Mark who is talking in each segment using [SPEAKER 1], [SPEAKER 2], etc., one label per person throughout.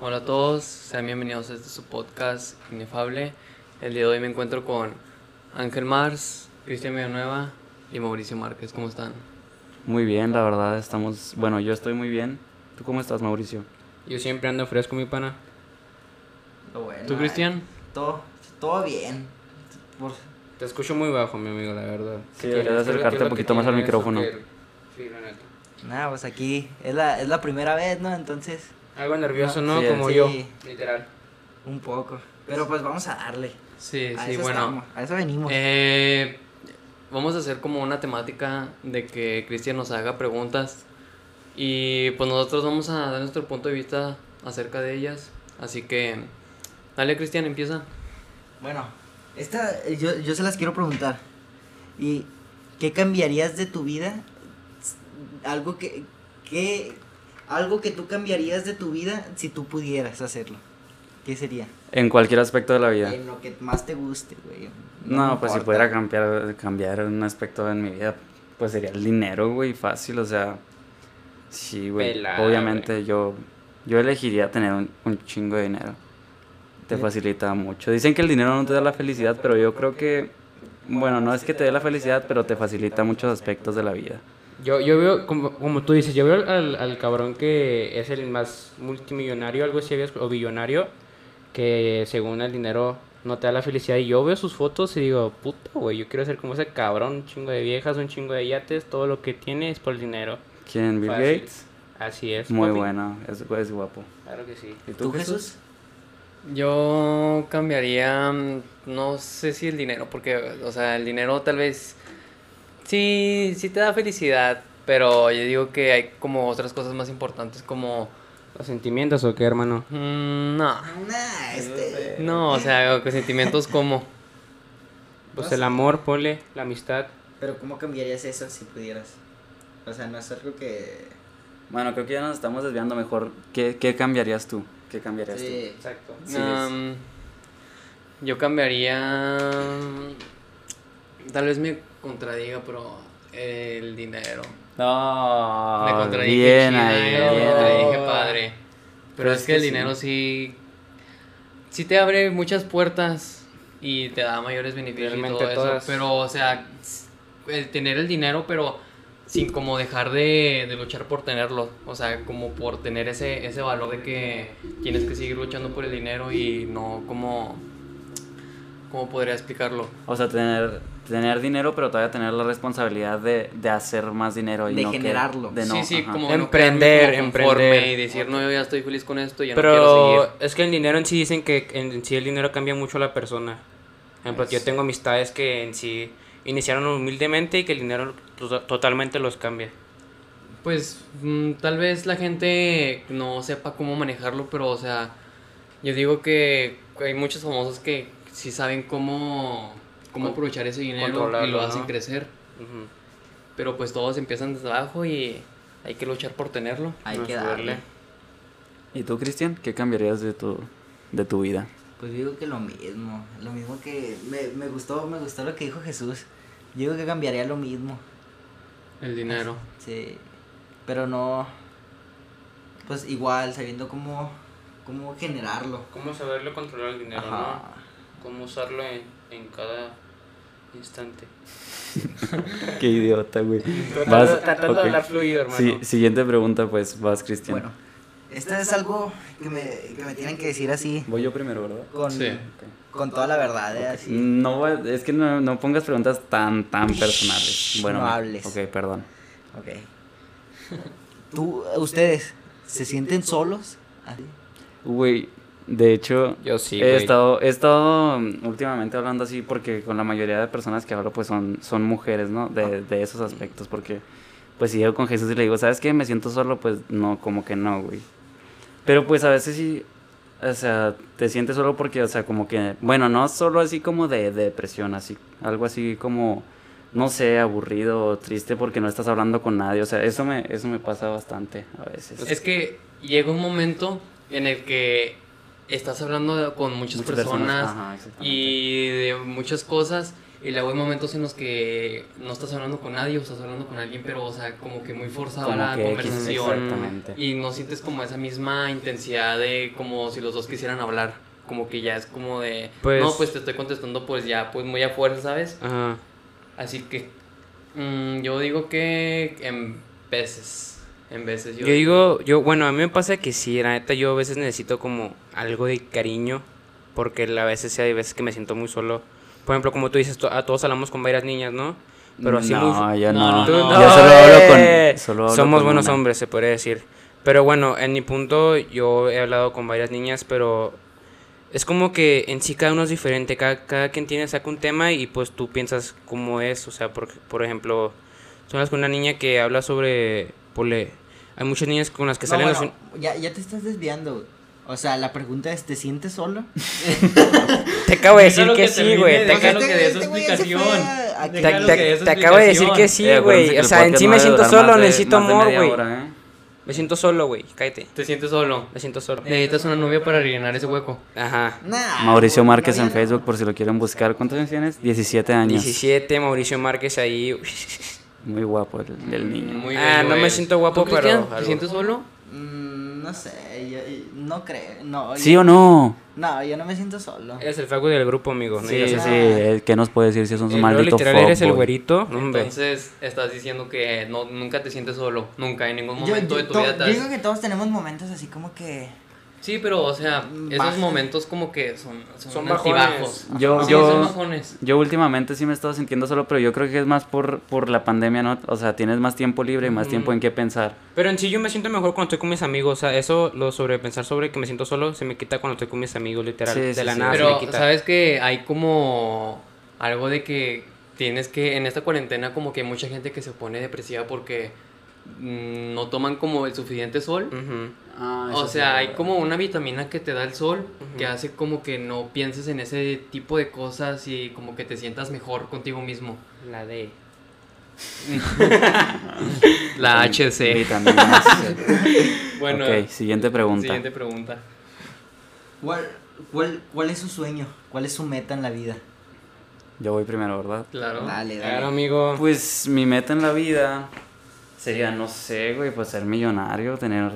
[SPEAKER 1] Hola a todos, sean bienvenidos a este su podcast inefable. El día de hoy me encuentro con Ángel Mars, Cristian Villanueva y Mauricio Márquez. ¿Cómo están?
[SPEAKER 2] Muy bien, la verdad, estamos. Bueno, yo estoy muy bien. ¿Tú cómo estás, Mauricio?
[SPEAKER 1] Yo siempre ando fresco, mi pana.
[SPEAKER 3] Lo bueno,
[SPEAKER 1] ¿Tú,
[SPEAKER 3] ay,
[SPEAKER 1] Cristian?
[SPEAKER 3] Todo, todo bien. Por-
[SPEAKER 4] Te escucho muy bajo, mi amigo, la verdad.
[SPEAKER 2] Sí, deberías acercarte un poquito más al micrófono.
[SPEAKER 4] Sí, la neta.
[SPEAKER 3] nada, pues aquí es la, es la primera vez, ¿no? Entonces,
[SPEAKER 4] Algo nervioso, ¿no?
[SPEAKER 2] Sí,
[SPEAKER 4] Como
[SPEAKER 3] sí.
[SPEAKER 4] yo. Literal.
[SPEAKER 3] un poco. Pero pues vamos a darle.
[SPEAKER 1] Sí,
[SPEAKER 3] a
[SPEAKER 1] sí,
[SPEAKER 3] eso
[SPEAKER 1] bueno.
[SPEAKER 3] estamos, a eso venimos.
[SPEAKER 1] Eh, vamos a hacer como una temática de que Cristian nos haga preguntas y pues nosotros vamos a dar nuestro punto de vista acerca de ellas. Así que, dale Cristian, empieza.
[SPEAKER 3] Bueno, esta eh, yo, yo se las quiero preguntar. ¿Y qué cambiarías de tu vida? S- Algo que, que algo que tú cambiarías de tu vida si tú pudieras hacerlo. ¿Qué sería?
[SPEAKER 2] En cualquier aspecto de la vida.
[SPEAKER 3] En lo que más te guste, güey.
[SPEAKER 2] No,
[SPEAKER 3] me
[SPEAKER 2] pues si
[SPEAKER 3] importa.
[SPEAKER 2] pudiera cambiar, cambiar un aspecto en mi vida, pues sería el dinero, güey, fácil, o sea. Sí, güey.
[SPEAKER 4] Pelada,
[SPEAKER 2] obviamente yo yo elegiría tener un, un chingo de dinero. Te
[SPEAKER 3] Sí.
[SPEAKER 2] facilita mucho. Dicen que el dinero no te da la felicidad, pero yo creo que. Bueno, no es que te dé la felicidad, pero te facilita muchos aspectos de la vida.
[SPEAKER 4] Yo, yo veo, como, como tú dices, yo veo al, al cabrón que es el más multimillonario, algo así, habías- o billonario, que según el dinero no te da la felicidad. Y yo veo sus fotos y digo, puta, güey, yo quiero ser como ese cabrón, un chingo de viejas, un chingo de yates, todo lo que tiene es por el dinero.
[SPEAKER 2] ¿Quién? Bill
[SPEAKER 4] Fácil.
[SPEAKER 2] Gates.
[SPEAKER 4] Así es.
[SPEAKER 2] Muy
[SPEAKER 4] papi.
[SPEAKER 2] bueno, es, es guapo.
[SPEAKER 4] Claro que sí.
[SPEAKER 2] ¿Y
[SPEAKER 3] ¿Tú, Jesús?
[SPEAKER 1] Yo cambiaría, mm, no sé si el dinero, porque, o sea, el dinero tal vez sí, sí te da felicidad, pero yo digo que hay como otras cosas más importantes como,
[SPEAKER 4] ¿Los sentimientos o qué, hermano?
[SPEAKER 1] mm, no,
[SPEAKER 3] Nah, este.
[SPEAKER 1] no, o sea, que sentimientos como,
[SPEAKER 4] Pues el amor, ponle, la amistad.
[SPEAKER 3] Pero ¿cómo cambiarías eso si pudieras? O sea, no es algo que...
[SPEAKER 2] Bueno, creo que ya nos estamos desviando mejor. ¿Qué, qué cambiarías tú? ¿Qué cambiarías
[SPEAKER 3] Sí.
[SPEAKER 4] Exacto.
[SPEAKER 2] Sí, es.
[SPEAKER 1] mm, yo cambiaría, mm, tal vez me contradiga, pero el dinero,
[SPEAKER 2] tú? No.
[SPEAKER 1] me contradije,
[SPEAKER 2] Ah, Bien
[SPEAKER 1] chida,
[SPEAKER 2] ahí,
[SPEAKER 1] eh, me
[SPEAKER 2] bien ahí.
[SPEAKER 1] contradije padre. Pero
[SPEAKER 2] Pero
[SPEAKER 1] es
[SPEAKER 2] es
[SPEAKER 1] que el
[SPEAKER 2] que sí.
[SPEAKER 1] dinero sí. sí te abre muchas puertas y te da mayores beneficios y
[SPEAKER 4] Realmente
[SPEAKER 1] todo eso,
[SPEAKER 4] todas.
[SPEAKER 1] Pero, o sea, s- el tener el dinero, pero sin como dejar de, de luchar por tenerlo. O sea, como por tener ese, ese valor de que tienes que seguir luchando por el dinero y no como. ¿Cómo podría explicarlo?
[SPEAKER 2] O sea, tener, tener dinero, pero todavía tener la responsabilidad de, de hacer más dinero. Y
[SPEAKER 3] De
[SPEAKER 2] no que-
[SPEAKER 3] generarlo.
[SPEAKER 2] de no,
[SPEAKER 1] sí, sí,
[SPEAKER 2] ajá.
[SPEAKER 1] como
[SPEAKER 4] Emprender,
[SPEAKER 1] no quedarme como conforme
[SPEAKER 4] emprender.
[SPEAKER 1] Y decir, no, yo ya estoy feliz con esto, ya no quiero seguir.
[SPEAKER 4] Pero es que el dinero en sí dicen que en, en sí el dinero cambia mucho a la persona. Por ejemplo, yo tengo amistades que en sí iniciaron humildemente y que el dinero to- totalmente los cambia.
[SPEAKER 1] Pues mm, tal vez la gente no sepa cómo manejarlo, pero o sea, yo digo que hay muchos famosos que sí saben cómo, cómo
[SPEAKER 4] Con-
[SPEAKER 1] aprovechar ese dinero y
[SPEAKER 4] controlarlo,
[SPEAKER 1] lo
[SPEAKER 4] ¿no?
[SPEAKER 1] hacen crecer.
[SPEAKER 4] Ujú.
[SPEAKER 1] Pero pues todos empiezan desde abajo y hay que luchar por tenerlo.
[SPEAKER 3] Hay
[SPEAKER 4] No
[SPEAKER 3] que
[SPEAKER 4] es
[SPEAKER 3] darle.
[SPEAKER 4] verle.
[SPEAKER 2] ¿Y tú, Cristian? ¿Qué cambiarías de tu, de tu vida?
[SPEAKER 3] Pues digo que lo mismo. Lo mismo que... Me, me gustó, me gustó lo que dijo Jesús. Yo digo que cambiaría lo mismo.
[SPEAKER 1] El dinero.
[SPEAKER 3] Sí. Pero no... Pues igual, sabiendo cómo... Cómo generarlo.
[SPEAKER 4] Cómo saberlo controlar el dinero,
[SPEAKER 3] Ajá.
[SPEAKER 4] ¿no? Cómo usarlo en, en cada instante.
[SPEAKER 2] Qué idiota, güey. Vas-
[SPEAKER 4] Tratando, tratando
[SPEAKER 2] ok.
[SPEAKER 4] de hablar fluido, hermano.
[SPEAKER 2] Sí, siguiente pregunta, pues vas, Cristian.
[SPEAKER 3] Bueno. Esto es algo que me, que me tienen que decir así.
[SPEAKER 2] Voy yo primero, ¿verdad?
[SPEAKER 3] Con,
[SPEAKER 1] Sí.
[SPEAKER 3] con toda la verdad, ¿eh? así.
[SPEAKER 2] No, va- es que no, no pongas preguntas tan, tan personales. Bueno,
[SPEAKER 3] no
[SPEAKER 2] me-
[SPEAKER 3] hables.
[SPEAKER 2] Ok, perdón.
[SPEAKER 3] Ok. ¿Tú, ustedes, se sienten solos? Así.
[SPEAKER 2] Güey, de hecho,
[SPEAKER 4] Yo sí,
[SPEAKER 2] he
[SPEAKER 4] güey.
[SPEAKER 2] estado, he estado mm, últimamente hablando así porque con la mayoría de personas que hablo pues son, son mujeres, ¿no? De, de esos aspectos, porque pues si llego con Jesús y le digo, ¿sabes qué? Me siento solo, pues no, como que no, güey. Pero pues a veces sí, o sea, te sientes solo porque, o sea, como que, bueno, no solo así como de, de depresión, así, algo así como, no sé, aburrido, o triste porque no estás hablando con nadie, o sea, eso me, eso me pasa bastante a veces.
[SPEAKER 1] Es que llega un momento en el que estás hablando de- con muchas, personas
[SPEAKER 2] ajá, exactamente.
[SPEAKER 1] y de muchas cosas Y luego hay momentos en los que no estás hablando con nadie o estás hablando con alguien, pero, o sea, como que muy forzada
[SPEAKER 2] Como
[SPEAKER 1] la
[SPEAKER 2] que X,
[SPEAKER 1] conversación.
[SPEAKER 2] exactamente.
[SPEAKER 1] Y no sientes como esa misma intensidad de como si los dos quisieran hablar. Como que ya es como de,
[SPEAKER 4] Pues-
[SPEAKER 1] no, pues te estoy contestando, pues ya, pues muy a fuerza, ¿sabes?
[SPEAKER 4] Ajá.
[SPEAKER 1] Así que mm, yo digo que en veces, en veces.
[SPEAKER 4] Yo digo, yo, bueno, a mí me pasa que sí, la neta, yo a veces necesito como algo de cariño, porque a veces sí hay veces que me siento muy solo. Por ejemplo, como tú dices, to- a todos hablamos con varias niñas, ¿no? Pero así
[SPEAKER 2] no,
[SPEAKER 4] muy...
[SPEAKER 2] yo
[SPEAKER 1] No,
[SPEAKER 2] no.
[SPEAKER 1] no, no.
[SPEAKER 2] Yo solo hablo
[SPEAKER 4] ¡Eh!
[SPEAKER 2] con. solo hablo
[SPEAKER 4] Somos
[SPEAKER 2] con
[SPEAKER 4] buenos
[SPEAKER 2] una.
[SPEAKER 4] hombres, se podría decir. Pero bueno, en mi punto, yo he hablado con varias niñas, pero es como que en sí cada uno es diferente. Cada, cada quien tiene, saca un tema y pues tú piensas cómo es. O sea, por, por ejemplo, son las con una niña que habla sobre. pole- hay muchas niñas con las que
[SPEAKER 3] No,
[SPEAKER 4] salen los
[SPEAKER 3] bueno,
[SPEAKER 4] fin-
[SPEAKER 3] ya, ya te estás desviando, güey. O sea, la pregunta es, ¿te sientes solo?
[SPEAKER 4] Te acabo de decir
[SPEAKER 1] Déjalo
[SPEAKER 4] que
[SPEAKER 1] que
[SPEAKER 4] sí,
[SPEAKER 1] termine,
[SPEAKER 4] güey. Te,
[SPEAKER 1] déjalo
[SPEAKER 4] acabo-
[SPEAKER 1] que dé su
[SPEAKER 3] este güey ya se fue
[SPEAKER 1] explicación.
[SPEAKER 3] a- a-
[SPEAKER 1] Te-
[SPEAKER 4] te-
[SPEAKER 1] déjalo
[SPEAKER 4] te-
[SPEAKER 1] que dé su
[SPEAKER 4] te acabo de decir que
[SPEAKER 1] explicación.
[SPEAKER 4] sí,
[SPEAKER 2] Eh, acuérdense
[SPEAKER 4] güey.
[SPEAKER 2] que
[SPEAKER 4] O
[SPEAKER 2] el
[SPEAKER 4] sea, en
[SPEAKER 2] podcast
[SPEAKER 4] sí
[SPEAKER 2] no
[SPEAKER 4] me
[SPEAKER 2] debe
[SPEAKER 4] siento
[SPEAKER 2] durar más
[SPEAKER 4] solo,
[SPEAKER 2] de-
[SPEAKER 4] necesito
[SPEAKER 2] más de
[SPEAKER 4] amor,
[SPEAKER 2] media
[SPEAKER 4] güey.
[SPEAKER 2] hora, ¿eh?
[SPEAKER 4] Me siento solo, güey. Cállate.
[SPEAKER 1] Te sientes solo.
[SPEAKER 4] Me siento solo.
[SPEAKER 2] Eh,
[SPEAKER 1] Necesitas una novia para rellenar ese hueco.
[SPEAKER 4] Ajá.
[SPEAKER 3] Nah,
[SPEAKER 2] Mauricio
[SPEAKER 3] güey,
[SPEAKER 2] Márquez
[SPEAKER 3] no,
[SPEAKER 2] en
[SPEAKER 3] ya no.
[SPEAKER 2] Facebook, por si lo quieren buscar. ¿Cuántos años tienes? 17 años.
[SPEAKER 4] 17, Mauricio Márquez ahí.
[SPEAKER 2] Muy guapo el, el niño.
[SPEAKER 1] Muy
[SPEAKER 4] Ah,
[SPEAKER 1] bello
[SPEAKER 4] no me
[SPEAKER 1] es.
[SPEAKER 4] siento guapo,
[SPEAKER 1] ¿Tú, Cristian,
[SPEAKER 4] pero
[SPEAKER 1] ¿Te
[SPEAKER 4] algo.
[SPEAKER 1] sientes solo?
[SPEAKER 3] Mm, no sé, yo, yo- no creo, no.
[SPEAKER 2] ¿Sí
[SPEAKER 3] yo-
[SPEAKER 2] o no?
[SPEAKER 3] No, yo no me siento solo.
[SPEAKER 4] Eres el facu del grupo, amigo. no
[SPEAKER 2] Sí,
[SPEAKER 4] digas
[SPEAKER 2] sí,
[SPEAKER 4] eso.
[SPEAKER 2] sí. eh, ¿Qué nos puede decir si es
[SPEAKER 4] Eh,
[SPEAKER 2] un
[SPEAKER 4] luego,
[SPEAKER 2] maldito
[SPEAKER 4] literal eres el
[SPEAKER 2] fuckboy?
[SPEAKER 4] güerito. no, hombre.
[SPEAKER 1] Entonces estás diciendo que no, nunca te sientes solo, nunca, en ningún
[SPEAKER 3] Yo-
[SPEAKER 1] momento
[SPEAKER 3] yo
[SPEAKER 1] de tu
[SPEAKER 3] to-
[SPEAKER 1] vida. te
[SPEAKER 3] yo
[SPEAKER 1] has-
[SPEAKER 3] digo que todos tenemos momentos así como que...
[SPEAKER 1] Sí, pero o sea, esos
[SPEAKER 3] Baja.
[SPEAKER 1] momentos como que son, son,
[SPEAKER 4] Son
[SPEAKER 1] altibajos.
[SPEAKER 2] Yo,
[SPEAKER 1] Sí, son
[SPEAKER 2] yo,
[SPEAKER 1] bajones.
[SPEAKER 2] yo últimamente sí me he estado sintiendo solo, pero yo creo que es más por, por la pandemia, ¿no? O sea, tienes más tiempo libre y más tiempo en qué pensar.
[SPEAKER 4] Pero en sí yo me siento mejor cuando estoy con mis amigos. O sea, eso, lo sobrepensar sobre que me siento solo, se me quita cuando estoy con mis amigos, literal.
[SPEAKER 2] Sí,
[SPEAKER 4] de
[SPEAKER 2] sí,
[SPEAKER 4] la
[SPEAKER 2] sí.
[SPEAKER 4] nada Ah, se me
[SPEAKER 1] Pero
[SPEAKER 4] quita.
[SPEAKER 1] sabes que hay como algo de que tienes que, en esta cuarentena como que hay mucha gente que se pone depresiva porque mm, no toman como el suficiente sol.
[SPEAKER 4] Ujú.
[SPEAKER 2] Ah,
[SPEAKER 1] O sea, hay como una vitamina que te da el sol que
[SPEAKER 4] Ujú.
[SPEAKER 1] hace como que no pienses en ese tipo de cosas y como que te sientas mejor contigo mismo.
[SPEAKER 4] La D.
[SPEAKER 1] La HC.
[SPEAKER 2] Vitaminas. sí.
[SPEAKER 1] Ah, Bueno,
[SPEAKER 2] ok, siguiente pregunta.
[SPEAKER 1] siguiente pregunta.
[SPEAKER 3] ¿Cuál, cuál, ¿Cuál es su sueño? ¿Cuál es su meta en la vida?
[SPEAKER 2] Yo voy primero, ¿verdad?
[SPEAKER 1] Claro.
[SPEAKER 3] Dale, dale.
[SPEAKER 4] Claro, amigo.
[SPEAKER 2] Pues mi meta en la vida sería, no sé, güey, pues ser millonario, tener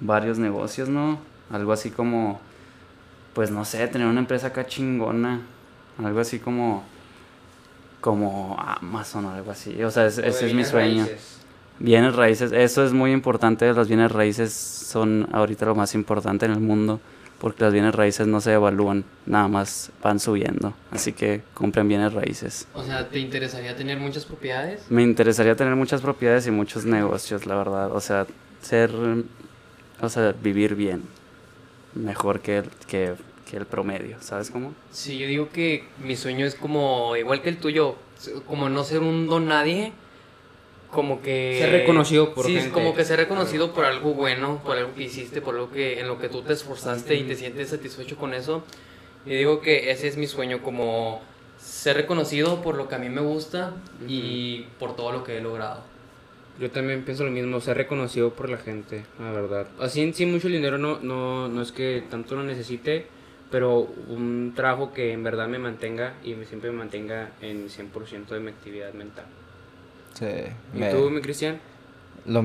[SPEAKER 2] varios negocios, ¿no? Algo así como, pues no sé, tener una empresa acá chingona. Algo así como, como Amazon o algo así. O sea, es- ese es mi sueño. Bienes raíces, eso es muy importante. Los bienes raíces son ahorita lo más importante en el mundo porque los bienes raíces no se evalúan, nada más van subiendo. Así que compren bienes raíces.
[SPEAKER 1] O sea, ¿te interesaría tener muchas propiedades?
[SPEAKER 2] Me interesaría tener muchas propiedades y muchos negocios, la verdad. O sea, ser. O sea, vivir bien. Mejor que el, que, que el promedio, ¿sabes cómo?
[SPEAKER 1] Sí, yo digo que mi sueño es como, igual que el tuyo, como no ser un don nadie, como que...
[SPEAKER 4] Ser reconocido por
[SPEAKER 1] Sí, es
[SPEAKER 4] gente.
[SPEAKER 1] como que ser reconocido por algo bueno, por algo que hiciste, por algo que, en lo que tú te esforzaste y te sientes satisfecho con eso. Y digo que ese es mi sueño, como ser reconocido por lo que a mí me gusta y por todo lo que he logrado.
[SPEAKER 4] Yo también pienso lo mismo, ser reconocido por la gente, la verdad. Así en sí mucho dinero no, no, no es que tanto lo necesite, pero un trabajo que en verdad me mantenga y me- siempre me mantenga en 100% de mi actividad mental.
[SPEAKER 3] Sí,
[SPEAKER 4] ¿Y tú, mi Cristian?
[SPEAKER 3] lo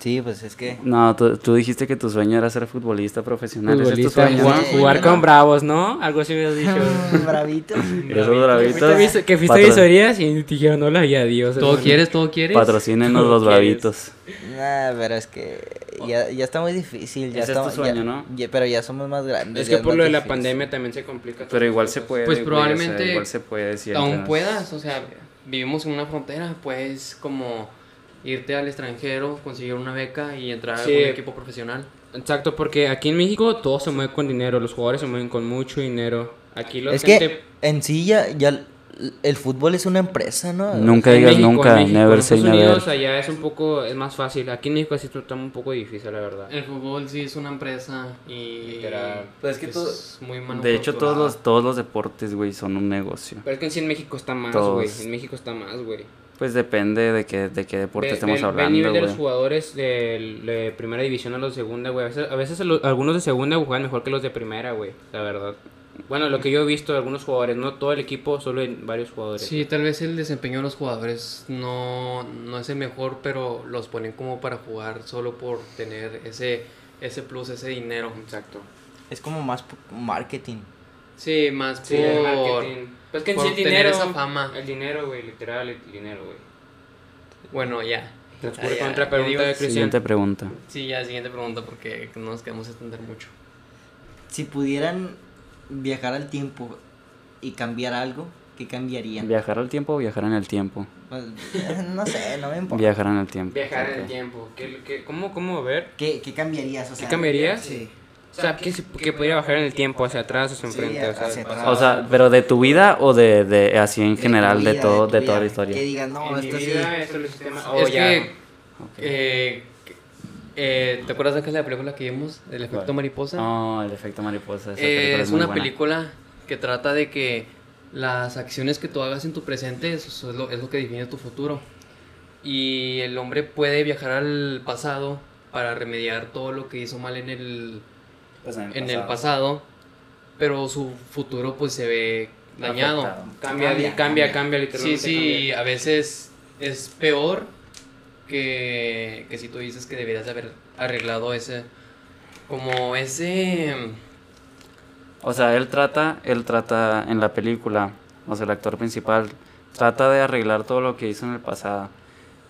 [SPEAKER 3] sí, pues es que...
[SPEAKER 2] No, tú, tú dijiste que tu sueño era ser futbolista profesional.
[SPEAKER 4] Pues
[SPEAKER 2] ¿ese es tu
[SPEAKER 4] Futbolista,
[SPEAKER 2] sueño,
[SPEAKER 4] jugar,
[SPEAKER 2] ¿no?
[SPEAKER 3] Sí,
[SPEAKER 4] jugar
[SPEAKER 3] ¿no?
[SPEAKER 4] con bravos, ¿no? Algo así me has dicho.
[SPEAKER 3] Bravito.
[SPEAKER 2] Esos bravitos.
[SPEAKER 4] Fuiste viso- que fuiste a
[SPEAKER 2] Patro-
[SPEAKER 4] visorías y te dijeron hola y adiós.
[SPEAKER 1] ¿Todo
[SPEAKER 4] hermano.
[SPEAKER 1] quieres? ¿Todo quieres?
[SPEAKER 2] Patrocínenos los
[SPEAKER 4] ¿Quieres?
[SPEAKER 2] bravitos.
[SPEAKER 3] Nah, pero es que ya, ya está muy difícil.
[SPEAKER 2] Ese
[SPEAKER 3] Ya
[SPEAKER 2] es
[SPEAKER 3] estamos-
[SPEAKER 2] tu sueño,
[SPEAKER 3] ya-
[SPEAKER 2] ¿no?
[SPEAKER 3] ya- pero ya somos más grandes.
[SPEAKER 4] Es
[SPEAKER 3] ya
[SPEAKER 4] que por
[SPEAKER 3] más
[SPEAKER 4] lo de la
[SPEAKER 3] difícil.
[SPEAKER 4] pandemia también se complica. todo
[SPEAKER 2] Pero igual
[SPEAKER 4] eso.
[SPEAKER 2] se puede.
[SPEAKER 1] Pues
[SPEAKER 2] güey, o sea,
[SPEAKER 1] probablemente
[SPEAKER 2] igual se puede. si
[SPEAKER 1] aún
[SPEAKER 2] entras.
[SPEAKER 1] puedas, o sea, vivimos en una frontera, puedes como irte al extranjero, conseguir una beca y entrar
[SPEAKER 4] Sí.
[SPEAKER 1] a un equipo profesional.
[SPEAKER 4] Exacto, porque aquí en México todo se mueve con dinero, los jugadores se mueven con mucho dinero. Aquí la
[SPEAKER 3] Es
[SPEAKER 4] gente...
[SPEAKER 3] que en sí ya, ya el- el fútbol es una empresa, ¿no?
[SPEAKER 2] Nunca
[SPEAKER 4] en
[SPEAKER 2] digas
[SPEAKER 4] México,
[SPEAKER 2] nunca.
[SPEAKER 4] en México, en
[SPEAKER 2] never say
[SPEAKER 4] Estados
[SPEAKER 2] never.
[SPEAKER 4] Unidos allá es un poco, es más fácil. Aquí en México sí está un poco difícil, la verdad.
[SPEAKER 1] El fútbol sí es una empresa y
[SPEAKER 4] Literal.
[SPEAKER 2] Pues es que todo-
[SPEAKER 1] muy
[SPEAKER 2] De hecho,
[SPEAKER 1] manufacturada.
[SPEAKER 2] todos los, todos los deportes, güey, son un negocio.
[SPEAKER 4] Pero es que en sí en México está más,
[SPEAKER 2] Todos.
[SPEAKER 4] güey. En México está más, güey.
[SPEAKER 2] Pues depende de qué, de qué
[SPEAKER 4] Ve-
[SPEAKER 2] deporte
[SPEAKER 4] ve-
[SPEAKER 2] estemos
[SPEAKER 4] ve el
[SPEAKER 2] hablando,
[SPEAKER 4] nivel de los
[SPEAKER 2] güey.
[SPEAKER 4] jugadores de, de primera división a los de segunda, güey. A veces, a veces lo- algunos de segunda juegan mejor que los de primera, güey. La verdad. Bueno, lo que yo he visto de algunos jugadores, no todo el equipo, solo en varios jugadores.
[SPEAKER 1] Sí, tal vez el desempeño de los jugadores no, no es el mejor, pero los ponen como para jugar solo por tener ese, ese plus, ese dinero.
[SPEAKER 4] Exacto.
[SPEAKER 5] Es como más p- marketing.
[SPEAKER 1] Sí, más
[SPEAKER 4] Sí, el
[SPEAKER 1] por...
[SPEAKER 4] marketing. Pues que en
[SPEAKER 1] por
[SPEAKER 4] sí el
[SPEAKER 1] obtener
[SPEAKER 4] dinero.
[SPEAKER 1] esa fama.
[SPEAKER 4] El dinero, güey, literal, el dinero, güey.
[SPEAKER 1] Bueno, ya.
[SPEAKER 4] Transcurre
[SPEAKER 1] Ah,
[SPEAKER 4] con
[SPEAKER 1] ya,
[SPEAKER 4] otra
[SPEAKER 1] ya
[SPEAKER 4] pregunta
[SPEAKER 1] digo,
[SPEAKER 4] de Cristian.
[SPEAKER 2] Siguiente pregunta.
[SPEAKER 1] Sí, ya, siguiente pregunta porque no nos quedamos a extender mucho.
[SPEAKER 3] Si pudieran viajar al tiempo y cambiar algo, ¿qué cambiarían?
[SPEAKER 2] ¿Viajar al tiempo o viajar en el tiempo?
[SPEAKER 3] Pues, no sé, no me importa.
[SPEAKER 2] Viajar en el tiempo.
[SPEAKER 4] Viajar en el
[SPEAKER 2] Ok.
[SPEAKER 4] tiempo. ¿Qué, qué, cómo, ¿Cómo A ver?
[SPEAKER 3] ¿Qué, qué cambiarías? O sea,
[SPEAKER 4] cambiarías?
[SPEAKER 3] Sí.
[SPEAKER 4] O sea, que, se- que pudiera bajar en el tiempo, hacia atrás o hacia
[SPEAKER 3] Sí,
[SPEAKER 4] enfrente. o sea,
[SPEAKER 3] hacia
[SPEAKER 4] pasado.
[SPEAKER 3] atrás.
[SPEAKER 2] O sea, pero de tu vida o de, de así en general,
[SPEAKER 3] tu
[SPEAKER 2] de
[SPEAKER 3] vida,
[SPEAKER 2] todo,
[SPEAKER 3] tu
[SPEAKER 2] de toda
[SPEAKER 3] vida.
[SPEAKER 2] la
[SPEAKER 3] Que
[SPEAKER 2] historia.
[SPEAKER 3] digan, no,
[SPEAKER 4] En mi
[SPEAKER 3] esto sí.
[SPEAKER 4] vida, esto es el sistema-
[SPEAKER 2] Oh,
[SPEAKER 1] es
[SPEAKER 4] o ya.
[SPEAKER 1] que... eh, eh, ¿Te acuerdas de aquella película que vimos? El efecto
[SPEAKER 2] ¿Cuál?
[SPEAKER 1] mariposa.
[SPEAKER 2] No, el efecto mariposa. esa
[SPEAKER 1] Eh,
[SPEAKER 2] película
[SPEAKER 1] es,
[SPEAKER 2] es muy
[SPEAKER 1] una
[SPEAKER 2] buena.
[SPEAKER 1] película que trata de que las acciones que tú hagas en tu presente eso es, lo, es lo que define tu futuro. Y el hombre puede viajar al pasado para remediar todo lo que hizo mal en el,
[SPEAKER 2] Pues
[SPEAKER 1] en el pasado, pero su futuro pues se ve dañado.
[SPEAKER 2] Afectado.
[SPEAKER 4] Cambia,
[SPEAKER 3] Cambia,
[SPEAKER 4] cambia,
[SPEAKER 3] cambia.
[SPEAKER 4] cambia,
[SPEAKER 1] Sí,
[SPEAKER 4] literalmente
[SPEAKER 1] sí,
[SPEAKER 4] cambia.
[SPEAKER 1] a veces es peor que, que si tú dices que deberías de haber arreglado ese... Como ese...
[SPEAKER 2] O sea, él trata, él trata en la película, o sea, el actor principal trata de arreglar todo lo que hizo en el pasado,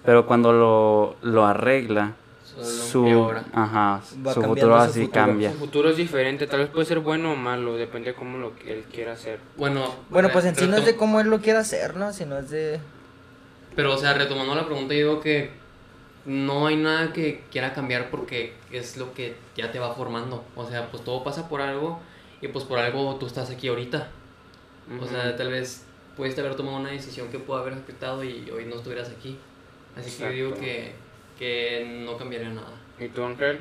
[SPEAKER 2] pero cuando lo, lo arregla,
[SPEAKER 1] solo
[SPEAKER 2] su,
[SPEAKER 1] empeora.
[SPEAKER 2] ajá,
[SPEAKER 5] Va
[SPEAKER 2] su
[SPEAKER 5] cambiando
[SPEAKER 2] futuro
[SPEAKER 5] su
[SPEAKER 2] así
[SPEAKER 5] futuro.
[SPEAKER 2] cambia.
[SPEAKER 4] Su futuro es diferente, tal vez puede ser bueno o malo, depende de cómo lo que él quiera hacer.
[SPEAKER 1] Bueno,
[SPEAKER 5] Bueno,
[SPEAKER 1] re-
[SPEAKER 5] pues en sí no es de
[SPEAKER 1] retom-
[SPEAKER 5] cómo él lo quiera hacer, ¿no? Sino es de.
[SPEAKER 1] Pero, o sea, retomando la pregunta, yo digo que no hay nada que quiera cambiar porque es lo que ya te va formando. O sea, pues todo pasa por algo y pues por algo tú estás aquí ahorita. O sea, tal vez pudiste haber tomado una decisión que pudo haber afectado y hoy no estuvieras aquí. Así que yo digo
[SPEAKER 4] Exacto.
[SPEAKER 1] que, que no cambiaría nada.
[SPEAKER 4] ¿Y tú, Ángel?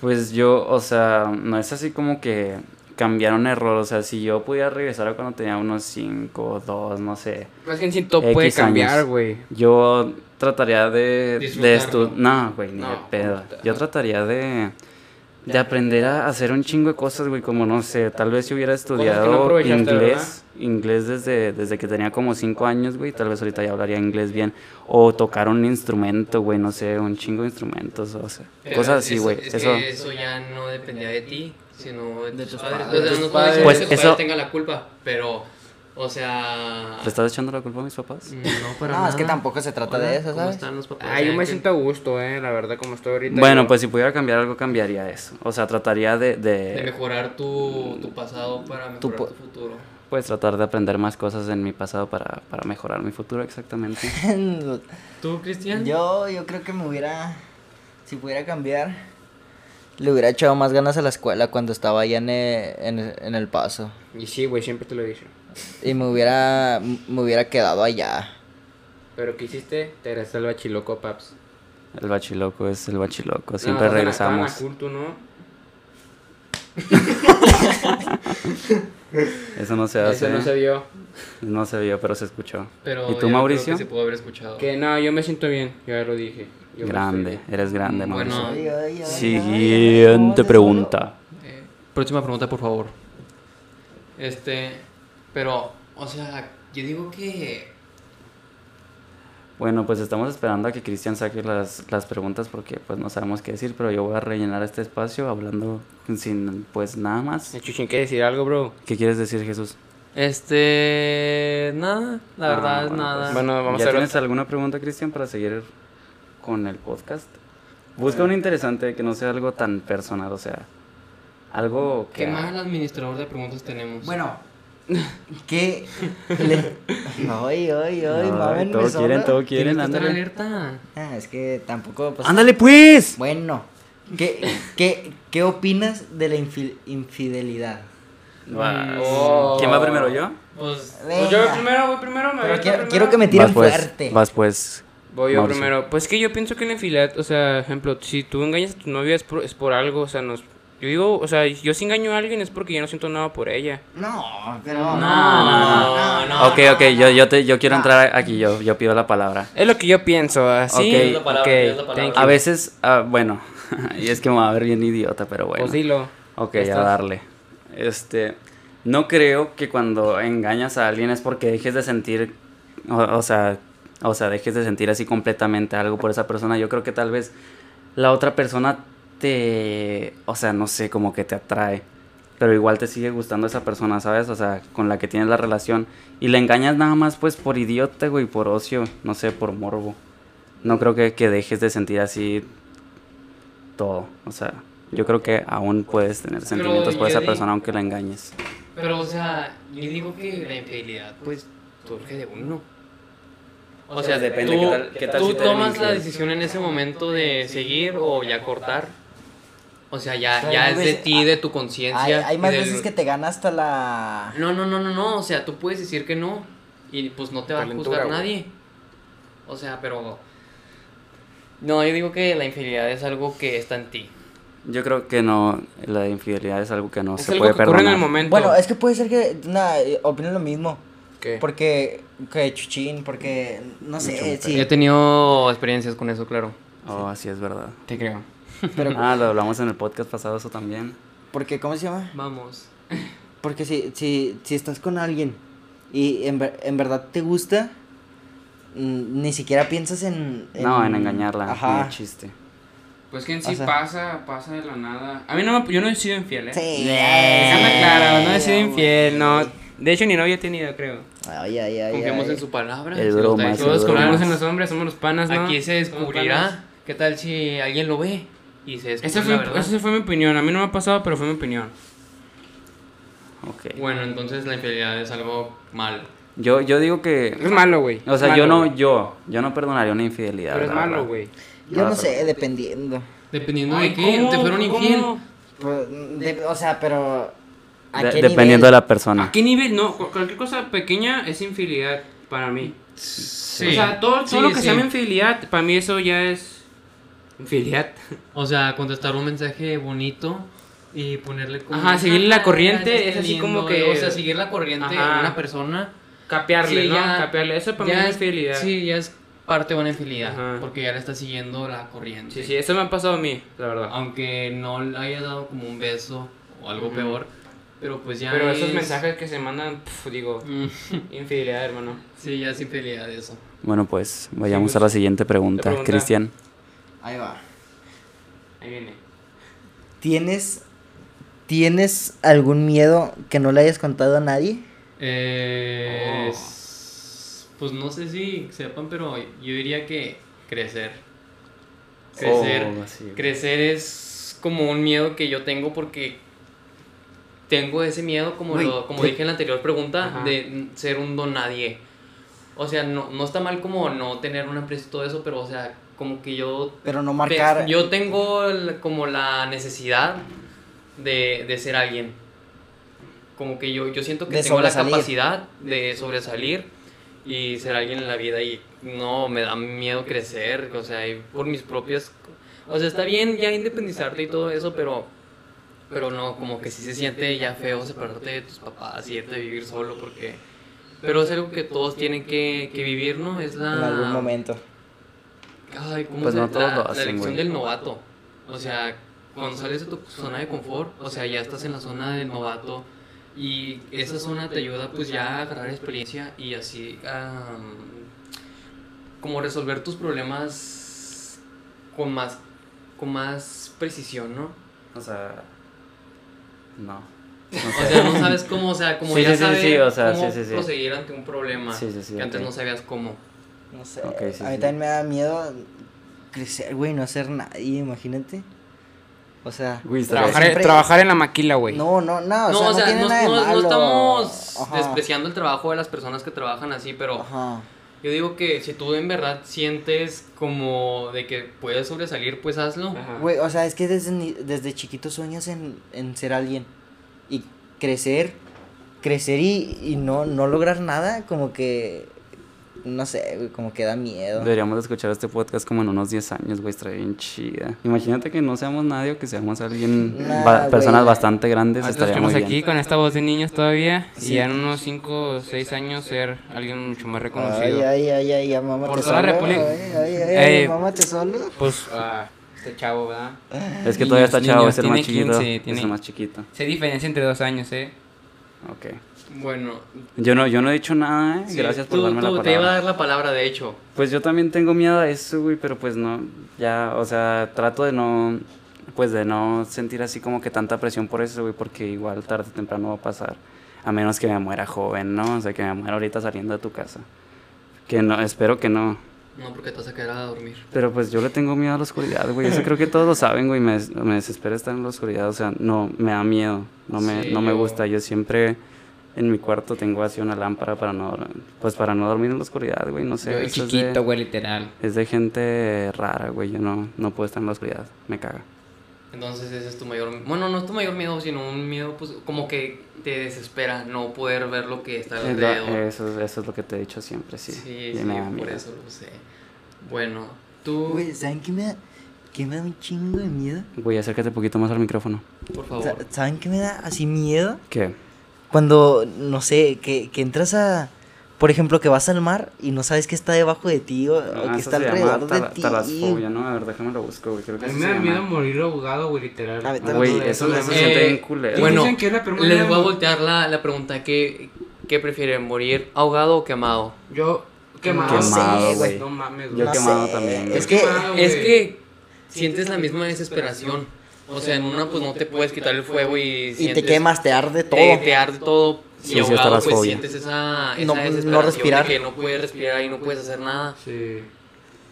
[SPEAKER 2] Pues yo, o sea, no es así como que cambiar un error, o sea, si yo pudiera regresar a cuando tenía unos 5, 2, no sé,
[SPEAKER 4] Pues que en sí todo
[SPEAKER 2] X
[SPEAKER 4] puede
[SPEAKER 2] años.
[SPEAKER 4] cambiar, güey.
[SPEAKER 2] Yo trataría de, de
[SPEAKER 1] Disfrutarlo.
[SPEAKER 2] estudiar. No, güey, ni
[SPEAKER 4] No,
[SPEAKER 2] de pedo.
[SPEAKER 4] puta.
[SPEAKER 2] Yo trataría de, de aprender a hacer un chingo de cosas, güey, como no sé. Tal vez si hubiera
[SPEAKER 4] no
[SPEAKER 2] estudiado
[SPEAKER 4] aprovechaste,
[SPEAKER 2] inglés, inglés desde, desde que tenía como 5 años, güey, tal vez ahorita ya hablaría inglés bien. O tocar un instrumento, güey, no sé, un chingo de instrumentos, o sea, cosas así,
[SPEAKER 1] Eso-
[SPEAKER 2] güey.
[SPEAKER 1] Eh, Es
[SPEAKER 2] Eso.
[SPEAKER 1] que eso ya no dependía de ti, sino de,
[SPEAKER 3] De
[SPEAKER 1] tus
[SPEAKER 3] tus
[SPEAKER 1] padres.
[SPEAKER 3] padres.
[SPEAKER 1] O sea, no
[SPEAKER 3] De
[SPEAKER 1] estoy
[SPEAKER 3] tus
[SPEAKER 1] diciendo
[SPEAKER 2] padres.
[SPEAKER 1] que
[SPEAKER 2] Pues
[SPEAKER 1] tus
[SPEAKER 2] eso- Pues,
[SPEAKER 1] padres tengan la culpa, pero, o sea...
[SPEAKER 2] ¿Le estás echando la culpa a mis papás?
[SPEAKER 1] No, para
[SPEAKER 5] No,
[SPEAKER 1] nada.
[SPEAKER 5] es que tampoco se trata
[SPEAKER 1] Hola,
[SPEAKER 5] de eso,
[SPEAKER 1] ¿cómo
[SPEAKER 5] ¿sabes?
[SPEAKER 1] están los papás?
[SPEAKER 4] Ah, yo
[SPEAKER 1] Ya
[SPEAKER 4] me
[SPEAKER 1] que-
[SPEAKER 4] siento a gusto, eh, la verdad, como estoy ahorita.
[SPEAKER 2] Bueno,
[SPEAKER 4] yo-
[SPEAKER 2] pues si pudiera cambiar algo, cambiaría eso. O sea, trataría de,
[SPEAKER 1] De
[SPEAKER 2] de
[SPEAKER 1] mejorar tu, tu pasado para mejorar tu,
[SPEAKER 5] po-
[SPEAKER 1] futuro.
[SPEAKER 2] pues, tratar de aprender más cosas en mi pasado para, para mejorar mi futuro, exactamente.
[SPEAKER 1] ¿Tú, Cristian?
[SPEAKER 5] Yo, yo creo que me hubiera, si pudiera cambiar, le hubiera echado más ganas a la escuela cuando estaba allá en, eh, en, en el paso.
[SPEAKER 4] Y sí, güey, siempre te lo he dicho.
[SPEAKER 5] Y me hubiera, me hubiera quedado allá.
[SPEAKER 4] Pero ¿qué hiciste? Te regresaste al bachiloco, paps.
[SPEAKER 2] El bachiloco es el bachiloco, Pues siempre
[SPEAKER 4] No, estaba en la- estaba en la
[SPEAKER 2] regresamos.
[SPEAKER 4] culto, ¿no?
[SPEAKER 2] Eso no se hace,
[SPEAKER 4] Eso no se vio.
[SPEAKER 2] no se vio, pero se escuchó.
[SPEAKER 1] Pero
[SPEAKER 2] ¿Y
[SPEAKER 1] yo
[SPEAKER 2] tú,
[SPEAKER 1] creo
[SPEAKER 2] Mauricio?
[SPEAKER 1] que se pudo haber escuchado.
[SPEAKER 4] Que no, yo me siento bien, yo ya lo dije. Yo me
[SPEAKER 2] Grande,
[SPEAKER 4] estoy
[SPEAKER 2] eres grande,
[SPEAKER 1] Bueno.
[SPEAKER 2] Mauricio.
[SPEAKER 5] Ay, ay, ay, ay,
[SPEAKER 2] Siguiente
[SPEAKER 5] ay,
[SPEAKER 2] pregunta.
[SPEAKER 1] Eh, próxima pregunta, por favor. Este, pero, o sea, yo digo que...
[SPEAKER 2] Bueno, pues estamos esperando a que Cristian saque las, las preguntas porque pues no sabemos qué decir, pero yo voy a rellenar este espacio hablando sin pues nada más.
[SPEAKER 4] bien. Eh, Chuchín, ¿quieres decir algo, bro?
[SPEAKER 2] ¿Qué quieres decir, Jesús?
[SPEAKER 1] Este, nada, la verdad
[SPEAKER 2] Ah,
[SPEAKER 1] es
[SPEAKER 2] bueno,
[SPEAKER 1] nada.
[SPEAKER 2] pues,
[SPEAKER 4] Bueno, vamos
[SPEAKER 2] ¿Ya
[SPEAKER 4] a ver
[SPEAKER 2] tienes alguna pregunta, Cristian, para seguir con el podcast? Busca un interesante que no sea algo tan personal, o sea, algo que...
[SPEAKER 1] Qué mal administrador de preguntas tenemos.
[SPEAKER 3] Bueno,
[SPEAKER 5] ¿Qué? Le... Ay, ay, ay,
[SPEAKER 2] Ay,
[SPEAKER 5] mámenme
[SPEAKER 2] todo
[SPEAKER 5] solo.
[SPEAKER 2] quieren, todo
[SPEAKER 1] Tienes
[SPEAKER 2] quieren,
[SPEAKER 1] que estar
[SPEAKER 2] ándale.
[SPEAKER 1] alerta.
[SPEAKER 5] Ah, es que tampoco... pues,
[SPEAKER 2] ¡Ándale, pues!
[SPEAKER 5] Bueno, ¿qué, qué, ¿qué opinas de la infil- infidelidad?
[SPEAKER 1] Va.
[SPEAKER 4] Oh.
[SPEAKER 2] Mm. ¿Quién va primero, yo?
[SPEAKER 1] Pues,
[SPEAKER 4] Pues yo voy primero, voy primero, me
[SPEAKER 5] Pero
[SPEAKER 4] aviento
[SPEAKER 5] quiero,
[SPEAKER 4] primero.
[SPEAKER 5] quiero que me tiren
[SPEAKER 2] vas, pues,
[SPEAKER 5] fuerte.
[SPEAKER 2] Vas, pues.
[SPEAKER 4] Voy yo
[SPEAKER 2] Mauricio.
[SPEAKER 4] primero. Pues que yo pienso que la infidelidad, o sea, ejemplo, si tú engañas a tu novia es por, es por algo, o sea, nos... Yo digo, o sea, yo si engaño a alguien es porque yo no siento nada por ella.
[SPEAKER 5] No, pero...
[SPEAKER 1] No, no, no.
[SPEAKER 2] ok, ok, yo, yo, te, yo quiero entrar aquí, yo, yo pido la palabra.
[SPEAKER 4] Es lo que yo pienso, así. Pues
[SPEAKER 1] la
[SPEAKER 2] Ok, es
[SPEAKER 4] Ok,
[SPEAKER 1] palabra, es la palabra.
[SPEAKER 4] thank you.
[SPEAKER 2] A veces, ah, bueno, y es que me va a ver bien idiota, pero bueno.
[SPEAKER 4] Pues dilo.
[SPEAKER 2] Ok,
[SPEAKER 4] Ya
[SPEAKER 2] a
[SPEAKER 4] estás.
[SPEAKER 2] darle. Este, No creo que cuando engañas a alguien es porque dejes de sentir, o, o sea, o sea, dejes de sentir así completamente algo por esa persona. Yo creo que tal vez la otra persona te, o sea, no sé, como que te atrae. Pero igual te sigue gustando esa persona, ¿sabes? O sea, con la que tienes la relación. Y la engañas nada más pues por idiota, güey, por ocio, no sé, por morbo. No creo que, que dejes de sentir así todo. O sea, yo creo que aún puedes tener sentimientos por
[SPEAKER 1] yo
[SPEAKER 2] esa
[SPEAKER 1] di-
[SPEAKER 2] persona aunque la engañes.
[SPEAKER 1] Pero, o sea, yo digo que la infidelidad, pues, surge de uno. O sea,
[SPEAKER 2] depende
[SPEAKER 1] tú,
[SPEAKER 2] qué tal- qué tal
[SPEAKER 1] tú
[SPEAKER 2] si te
[SPEAKER 1] tomas
[SPEAKER 2] eligen.
[SPEAKER 1] la decisión en ese momento de seguir o ya cortar. O sea, ya,
[SPEAKER 3] Pero
[SPEAKER 1] ya
[SPEAKER 3] hay
[SPEAKER 1] es de
[SPEAKER 3] veces-
[SPEAKER 1] ti, de tu
[SPEAKER 3] Hay,
[SPEAKER 1] conciencia.
[SPEAKER 3] ah, hay
[SPEAKER 1] y
[SPEAKER 3] más
[SPEAKER 1] del-
[SPEAKER 3] veces que te gana hasta la...
[SPEAKER 1] No, no, no, no, no. O sea, tú puedes decir que no y pues no te va a
[SPEAKER 4] Calentura,
[SPEAKER 1] juzgar
[SPEAKER 4] güey.
[SPEAKER 1] nadie. O sea, pero... No, yo digo que la infidelidad es algo que está en ti.
[SPEAKER 2] Yo creo que no, la infidelidad es algo que no
[SPEAKER 4] es
[SPEAKER 2] se
[SPEAKER 4] algo
[SPEAKER 2] puede
[SPEAKER 4] que ocurre en el
[SPEAKER 2] perdonar.
[SPEAKER 4] momento.
[SPEAKER 3] Bueno, es que puede ser que... Nada, eh, opino lo mismo.
[SPEAKER 4] ¿Qué?
[SPEAKER 3] Porque... Que chuchín, porque... No sé,
[SPEAKER 1] Yo
[SPEAKER 3] sí.
[SPEAKER 1] he tenido experiencias con eso, claro.
[SPEAKER 2] Oh, así es verdad.
[SPEAKER 4] Te creo.
[SPEAKER 2] Ah, lo hablamos en el podcast pasado eso también.
[SPEAKER 3] Porque, ¿cómo se llama?
[SPEAKER 1] Vamos.
[SPEAKER 3] Porque si, si, si estás con alguien y en, ver- en verdad te gusta, mm, ni siquiera piensas en...
[SPEAKER 2] No, en engañarla,
[SPEAKER 3] Ajá.
[SPEAKER 2] ni de chiste.
[SPEAKER 4] Pues que en
[SPEAKER 3] O
[SPEAKER 4] sí
[SPEAKER 3] sea-
[SPEAKER 4] pasa, pasa de la nada. A mí no me, yo no he sido infiel, ¿eh?
[SPEAKER 3] Sí.
[SPEAKER 4] Déjame claro, no he sido
[SPEAKER 3] Ay,
[SPEAKER 4] infiel, no. De hecho, ni novia he tenido, creo.
[SPEAKER 3] Ay, ay, ay,
[SPEAKER 1] Confiamos
[SPEAKER 3] ay.
[SPEAKER 1] en su palabra.
[SPEAKER 2] El
[SPEAKER 1] si lo
[SPEAKER 2] broma,
[SPEAKER 1] está
[SPEAKER 2] el
[SPEAKER 1] diciendo.
[SPEAKER 4] Todos
[SPEAKER 2] Seguro
[SPEAKER 4] confiamos
[SPEAKER 2] más.
[SPEAKER 4] en los hombres, somos los panas, ¿no?
[SPEAKER 1] Aquí se
[SPEAKER 4] Somos panas.
[SPEAKER 1] descubrirá. ¿Qué tal si alguien lo ve? Y se descubre
[SPEAKER 4] Esa
[SPEAKER 1] la
[SPEAKER 4] fue,
[SPEAKER 1] verdad?
[SPEAKER 4] esa fue mi opinión. A mí no me ha pasado, pero fue mi opinión.
[SPEAKER 2] Ok.
[SPEAKER 1] Bueno, entonces la infidelidad es algo malo.
[SPEAKER 2] Yo, yo digo que...
[SPEAKER 4] Es malo, güey.
[SPEAKER 2] Ah, O
[SPEAKER 4] Es
[SPEAKER 2] sea, yo
[SPEAKER 4] malo,
[SPEAKER 2] no,
[SPEAKER 4] güey.
[SPEAKER 2] yo, yo no perdonaría una infidelidad.
[SPEAKER 4] Pero es
[SPEAKER 2] la
[SPEAKER 4] malo,
[SPEAKER 2] verdad.
[SPEAKER 4] güey.
[SPEAKER 3] Yo no sé, dependiendo.
[SPEAKER 1] Dependiendo
[SPEAKER 4] Ay,
[SPEAKER 1] de qué,
[SPEAKER 4] ¿cómo?
[SPEAKER 1] te fueron infiel.
[SPEAKER 4] ¿Cómo?
[SPEAKER 3] Pues, de- o sea, pero... ¿a
[SPEAKER 2] De-
[SPEAKER 3] qué
[SPEAKER 2] dependiendo
[SPEAKER 3] nivel?
[SPEAKER 2] de la persona.
[SPEAKER 4] ¿A qué nivel? No, cu- cualquier cosa pequeña es infidelidad para mí.
[SPEAKER 1] Sí.
[SPEAKER 4] O sea, todo, todo
[SPEAKER 1] Sí,
[SPEAKER 4] lo que
[SPEAKER 1] sí.
[SPEAKER 4] se llama infidelidad, para mí eso ya es infidelidad.
[SPEAKER 1] O sea, contestar un mensaje bonito y ponerle como.
[SPEAKER 4] Ajá, seguirle la corriente,
[SPEAKER 1] "Ah,
[SPEAKER 4] es así
[SPEAKER 1] lindo",
[SPEAKER 4] como que-
[SPEAKER 1] O sea, seguir la corriente de
[SPEAKER 4] Ajá.
[SPEAKER 1] una persona.
[SPEAKER 4] Capearle,
[SPEAKER 1] Sí,
[SPEAKER 4] ¿no?
[SPEAKER 1] ya-
[SPEAKER 4] Capearle. Eso para
[SPEAKER 1] ya
[SPEAKER 4] mí es infidelidad. Sí.
[SPEAKER 1] Sí, ya es parte de una infidelidad.
[SPEAKER 4] Ajá.
[SPEAKER 1] Porque ya le está siguiendo la corriente.
[SPEAKER 4] sí, eso me ha pasado a mí, la verdad.
[SPEAKER 1] Aunque no le haya dado como un beso o algo
[SPEAKER 4] Ujú.
[SPEAKER 1] peor. Pero pues ya.
[SPEAKER 4] Pero
[SPEAKER 1] es-
[SPEAKER 4] esos mensajes que se mandan, pf, digo,
[SPEAKER 1] Mm,
[SPEAKER 4] infidelidad, hermano.
[SPEAKER 1] Sí, ya es infidelidad eso.
[SPEAKER 2] Bueno, pues vayamos
[SPEAKER 4] Sí,
[SPEAKER 2] a la siguiente pregunta.
[SPEAKER 4] pregunta.
[SPEAKER 2] Cristian,
[SPEAKER 3] Ahí va.
[SPEAKER 4] Ahí viene.
[SPEAKER 3] ¿Tienes... ¿Tienes algún miedo que no le hayas contado a nadie?
[SPEAKER 1] Eh,
[SPEAKER 4] Oh.
[SPEAKER 1] s- Pues no sé si sepan, pero yo diría que crecer. Crecer.
[SPEAKER 2] Oh, sí.
[SPEAKER 1] Crecer es como un miedo que yo tengo porque tengo ese miedo, como,
[SPEAKER 3] Güey,
[SPEAKER 1] lo- como
[SPEAKER 3] te-
[SPEAKER 1] dije en la anterior pregunta,
[SPEAKER 4] Ajá.
[SPEAKER 1] de n- ser un don nadie. O sea, no, no está mal como no tener una empresa y todo eso, pero o sea, como que yo
[SPEAKER 3] Pero no
[SPEAKER 1] Pe-
[SPEAKER 3] marcar...
[SPEAKER 1] Pues, Yo tengo el- como la necesidad de, de ser alguien. Como que yo, yo siento que
[SPEAKER 3] De
[SPEAKER 1] tengo la
[SPEAKER 3] sobresalir.
[SPEAKER 1] capacidad de sobresalir y ser alguien en la vida y no, me da miedo crecer, o sea, y por mis propias... O sea, está bien ya independizarte y todo eso, pero... Pero no, como que sí se siente ya feo separarte de tus papás y irte a vivir solo porque... Pero es algo que todos tienen que, que vivir, ¿no? Es la...
[SPEAKER 3] En algún momento.
[SPEAKER 1] Ay, ¿cómo
[SPEAKER 2] Pues
[SPEAKER 1] se-
[SPEAKER 2] no todos
[SPEAKER 1] la,
[SPEAKER 2] lo
[SPEAKER 1] la
[SPEAKER 2] hacen,
[SPEAKER 1] elección
[SPEAKER 2] güey.
[SPEAKER 1] del novato. O sea, cuando sales de tu zona de confort, o sea, ya estás en la zona del novato y esa zona te ayuda pues ya a agarrar experiencia y así am, como resolver tus problemas con más con más precisión, ¿no?
[SPEAKER 2] O sea, no.
[SPEAKER 1] O sea, no sabes cómo, o sea, como
[SPEAKER 2] Sí,
[SPEAKER 1] ya
[SPEAKER 2] sí, sí,
[SPEAKER 1] sabes
[SPEAKER 2] sí, o sea,
[SPEAKER 1] cómo
[SPEAKER 2] sí, sí, sí.
[SPEAKER 1] proseguir ante un problema
[SPEAKER 2] Sí, sí, sí,
[SPEAKER 1] que antes
[SPEAKER 2] ok.
[SPEAKER 1] no sabías cómo.
[SPEAKER 3] No sé.
[SPEAKER 2] Ok, sí,
[SPEAKER 3] a mí
[SPEAKER 2] sí.
[SPEAKER 3] también me da miedo crecer, güey, no hacer nadie, imagínate. O sea,
[SPEAKER 2] Güey, estaría-
[SPEAKER 4] Trabajar,
[SPEAKER 3] siempre-
[SPEAKER 4] trabajar en la maquila, güey.
[SPEAKER 3] no, no, no, o sea, no, tiene
[SPEAKER 1] no,
[SPEAKER 3] nada de
[SPEAKER 1] no- no
[SPEAKER 3] malo.
[SPEAKER 1] estamos
[SPEAKER 3] Ajá,
[SPEAKER 1] despreciando el trabajo de las personas que trabajan así, pero
[SPEAKER 3] Ajá.
[SPEAKER 1] yo digo que si tú en verdad sientes como de que puedes sobresalir, pues hazlo.
[SPEAKER 4] Ajá. Ah,
[SPEAKER 3] Güey, o sea, es que desde, ni- desde chiquito sueñas en, en ser alguien y crecer, crecer y, y no, no lograr nada, como que, no sé, güey, como que da miedo.
[SPEAKER 2] Deberíamos de escuchar este podcast como en unos 10 años, güey, estaría bien chida. Imagínate que no seamos nadie o que seamos alguien,
[SPEAKER 3] Nah,
[SPEAKER 2] ba-
[SPEAKER 3] güey.
[SPEAKER 2] personas bastante grandes,
[SPEAKER 4] Ahorita
[SPEAKER 2] estaría muy
[SPEAKER 4] Ah, estamos
[SPEAKER 2] bien.
[SPEAKER 4] aquí con esta voz de niños todavía y ya en unos 5 o 6 años ser alguien mucho más reconocido.
[SPEAKER 3] Ay, ay, ay, ay, ya mámate
[SPEAKER 4] Por toda
[SPEAKER 3] solo.
[SPEAKER 4] la República.
[SPEAKER 3] Ay, ay, ay, ay,
[SPEAKER 4] Ey.
[SPEAKER 3] mámate solo.
[SPEAKER 4] Pues ah, este chavo, ¿verdad?
[SPEAKER 2] Es que todavía
[SPEAKER 4] Niños,
[SPEAKER 2] está chavo,
[SPEAKER 4] niños,
[SPEAKER 2] es el más
[SPEAKER 4] tiene
[SPEAKER 2] chiquito.
[SPEAKER 4] 15,
[SPEAKER 2] Es
[SPEAKER 4] tiene-
[SPEAKER 2] el más chiquito.
[SPEAKER 4] Se diferencia entre dos años, ¿eh?
[SPEAKER 2] Ok.
[SPEAKER 1] Bueno,
[SPEAKER 2] Yo no, yo no he dicho nada, ¿eh?
[SPEAKER 1] sí,
[SPEAKER 2] Gracias por
[SPEAKER 1] tú-
[SPEAKER 2] darme la
[SPEAKER 1] tú
[SPEAKER 2] palabra.
[SPEAKER 1] Te iba a dar la palabra, de hecho.
[SPEAKER 2] Pues yo también tengo miedo a eso, güey, pero pues no, ya, o sea, trato de no, pues de no sentir así como que tanta presión por eso, güey, porque igual tarde o temprano va a pasar, a menos que me muera joven, ¿no? O sea, que me muera ahorita saliendo de tu casa. Que no, espero que no.
[SPEAKER 1] No, porque te vas a quedar a dormir.
[SPEAKER 2] Pero pues yo le tengo miedo a la oscuridad, güey, eso creo que todos lo saben, güey, me, des- me desespera estar en la oscuridad, o sea, no, me da miedo, no me,
[SPEAKER 1] Sí,
[SPEAKER 2] no me
[SPEAKER 1] yo-
[SPEAKER 2] gusta, yo siempre... En mi cuarto tengo así una lámpara para no, pues para no dormir en la oscuridad, güey, no sé.
[SPEAKER 4] Yo
[SPEAKER 2] eso es de-
[SPEAKER 4] chiquito, güey, literal.
[SPEAKER 2] es de gente rara, güey. Yo no, no puedo estar en la oscuridad. Me caga.
[SPEAKER 1] Entonces ese es tu mayor... Bueno, no es tu mayor miedo, sino un miedo pues como que te desespera no poder ver lo que está
[SPEAKER 2] Es lo-
[SPEAKER 1] alrededor.
[SPEAKER 2] eso, es- eso es lo que te he dicho siempre, sí.
[SPEAKER 1] sí, sí,
[SPEAKER 2] Y me da
[SPEAKER 1] por
[SPEAKER 2] miedo.
[SPEAKER 1] eso lo sé. Bueno, tú,
[SPEAKER 3] Güey, ¿saben qué me da? ¿Qué me da un chingo de miedo?
[SPEAKER 2] Güey, acércate un poquito más al micrófono.
[SPEAKER 1] por
[SPEAKER 3] Sa-
[SPEAKER 1] favor.
[SPEAKER 3] ¿Saben qué me da así miedo?
[SPEAKER 2] ¿Qué?
[SPEAKER 3] Cuando, no sé, que, que entras a. Por ejemplo, que vas al mar y no sabes qué está debajo de ti o, o
[SPEAKER 2] Ah,
[SPEAKER 3] que
[SPEAKER 2] eso
[SPEAKER 3] está
[SPEAKER 2] se llama
[SPEAKER 3] alrededor de
[SPEAKER 2] tala-
[SPEAKER 3] ti.
[SPEAKER 2] Talasfobia, ¿no? A ver, déjame lo busco, güey. Creo que
[SPEAKER 4] A mí
[SPEAKER 2] eso
[SPEAKER 4] me
[SPEAKER 2] se
[SPEAKER 4] da miedo
[SPEAKER 2] llama.
[SPEAKER 4] morir ahogado, güey, literal.
[SPEAKER 3] A ver,
[SPEAKER 4] Ah,
[SPEAKER 2] Güey,
[SPEAKER 3] También,
[SPEAKER 2] eso,
[SPEAKER 4] también.
[SPEAKER 2] eso se siente
[SPEAKER 1] Eh,
[SPEAKER 2] bien culero.
[SPEAKER 1] Bueno,
[SPEAKER 4] Dicen que es la peor manera
[SPEAKER 1] les
[SPEAKER 4] de
[SPEAKER 1] voy a
[SPEAKER 4] morir.
[SPEAKER 1] voltear la, la pregunta. ¿qué, ¿Qué prefieren, morir ahogado o quemado?
[SPEAKER 4] Yo quemado.
[SPEAKER 3] No sé, Quemado,
[SPEAKER 2] güey.
[SPEAKER 4] No mames,
[SPEAKER 2] Yo
[SPEAKER 3] no
[SPEAKER 4] güey.
[SPEAKER 2] quemado
[SPEAKER 3] sé,
[SPEAKER 2] también, güey.
[SPEAKER 3] Es que.
[SPEAKER 4] Quemado.
[SPEAKER 1] Es que sientes la misma desesperación. O sea, en una pues no te puedes quitar el fuego y...
[SPEAKER 3] Y te
[SPEAKER 1] sientes-
[SPEAKER 3] quemas, te arde todo.
[SPEAKER 1] Te, te arde todo.
[SPEAKER 2] Sí,
[SPEAKER 1] y
[SPEAKER 2] sí, hasta
[SPEAKER 1] ahogado
[SPEAKER 2] las
[SPEAKER 1] pues
[SPEAKER 2] fobias.
[SPEAKER 1] sientes esa, esa
[SPEAKER 3] No- no
[SPEAKER 1] desesperación
[SPEAKER 3] respirar.
[SPEAKER 1] de que no puedes respirar y no puedes hacer nada.
[SPEAKER 4] Sí.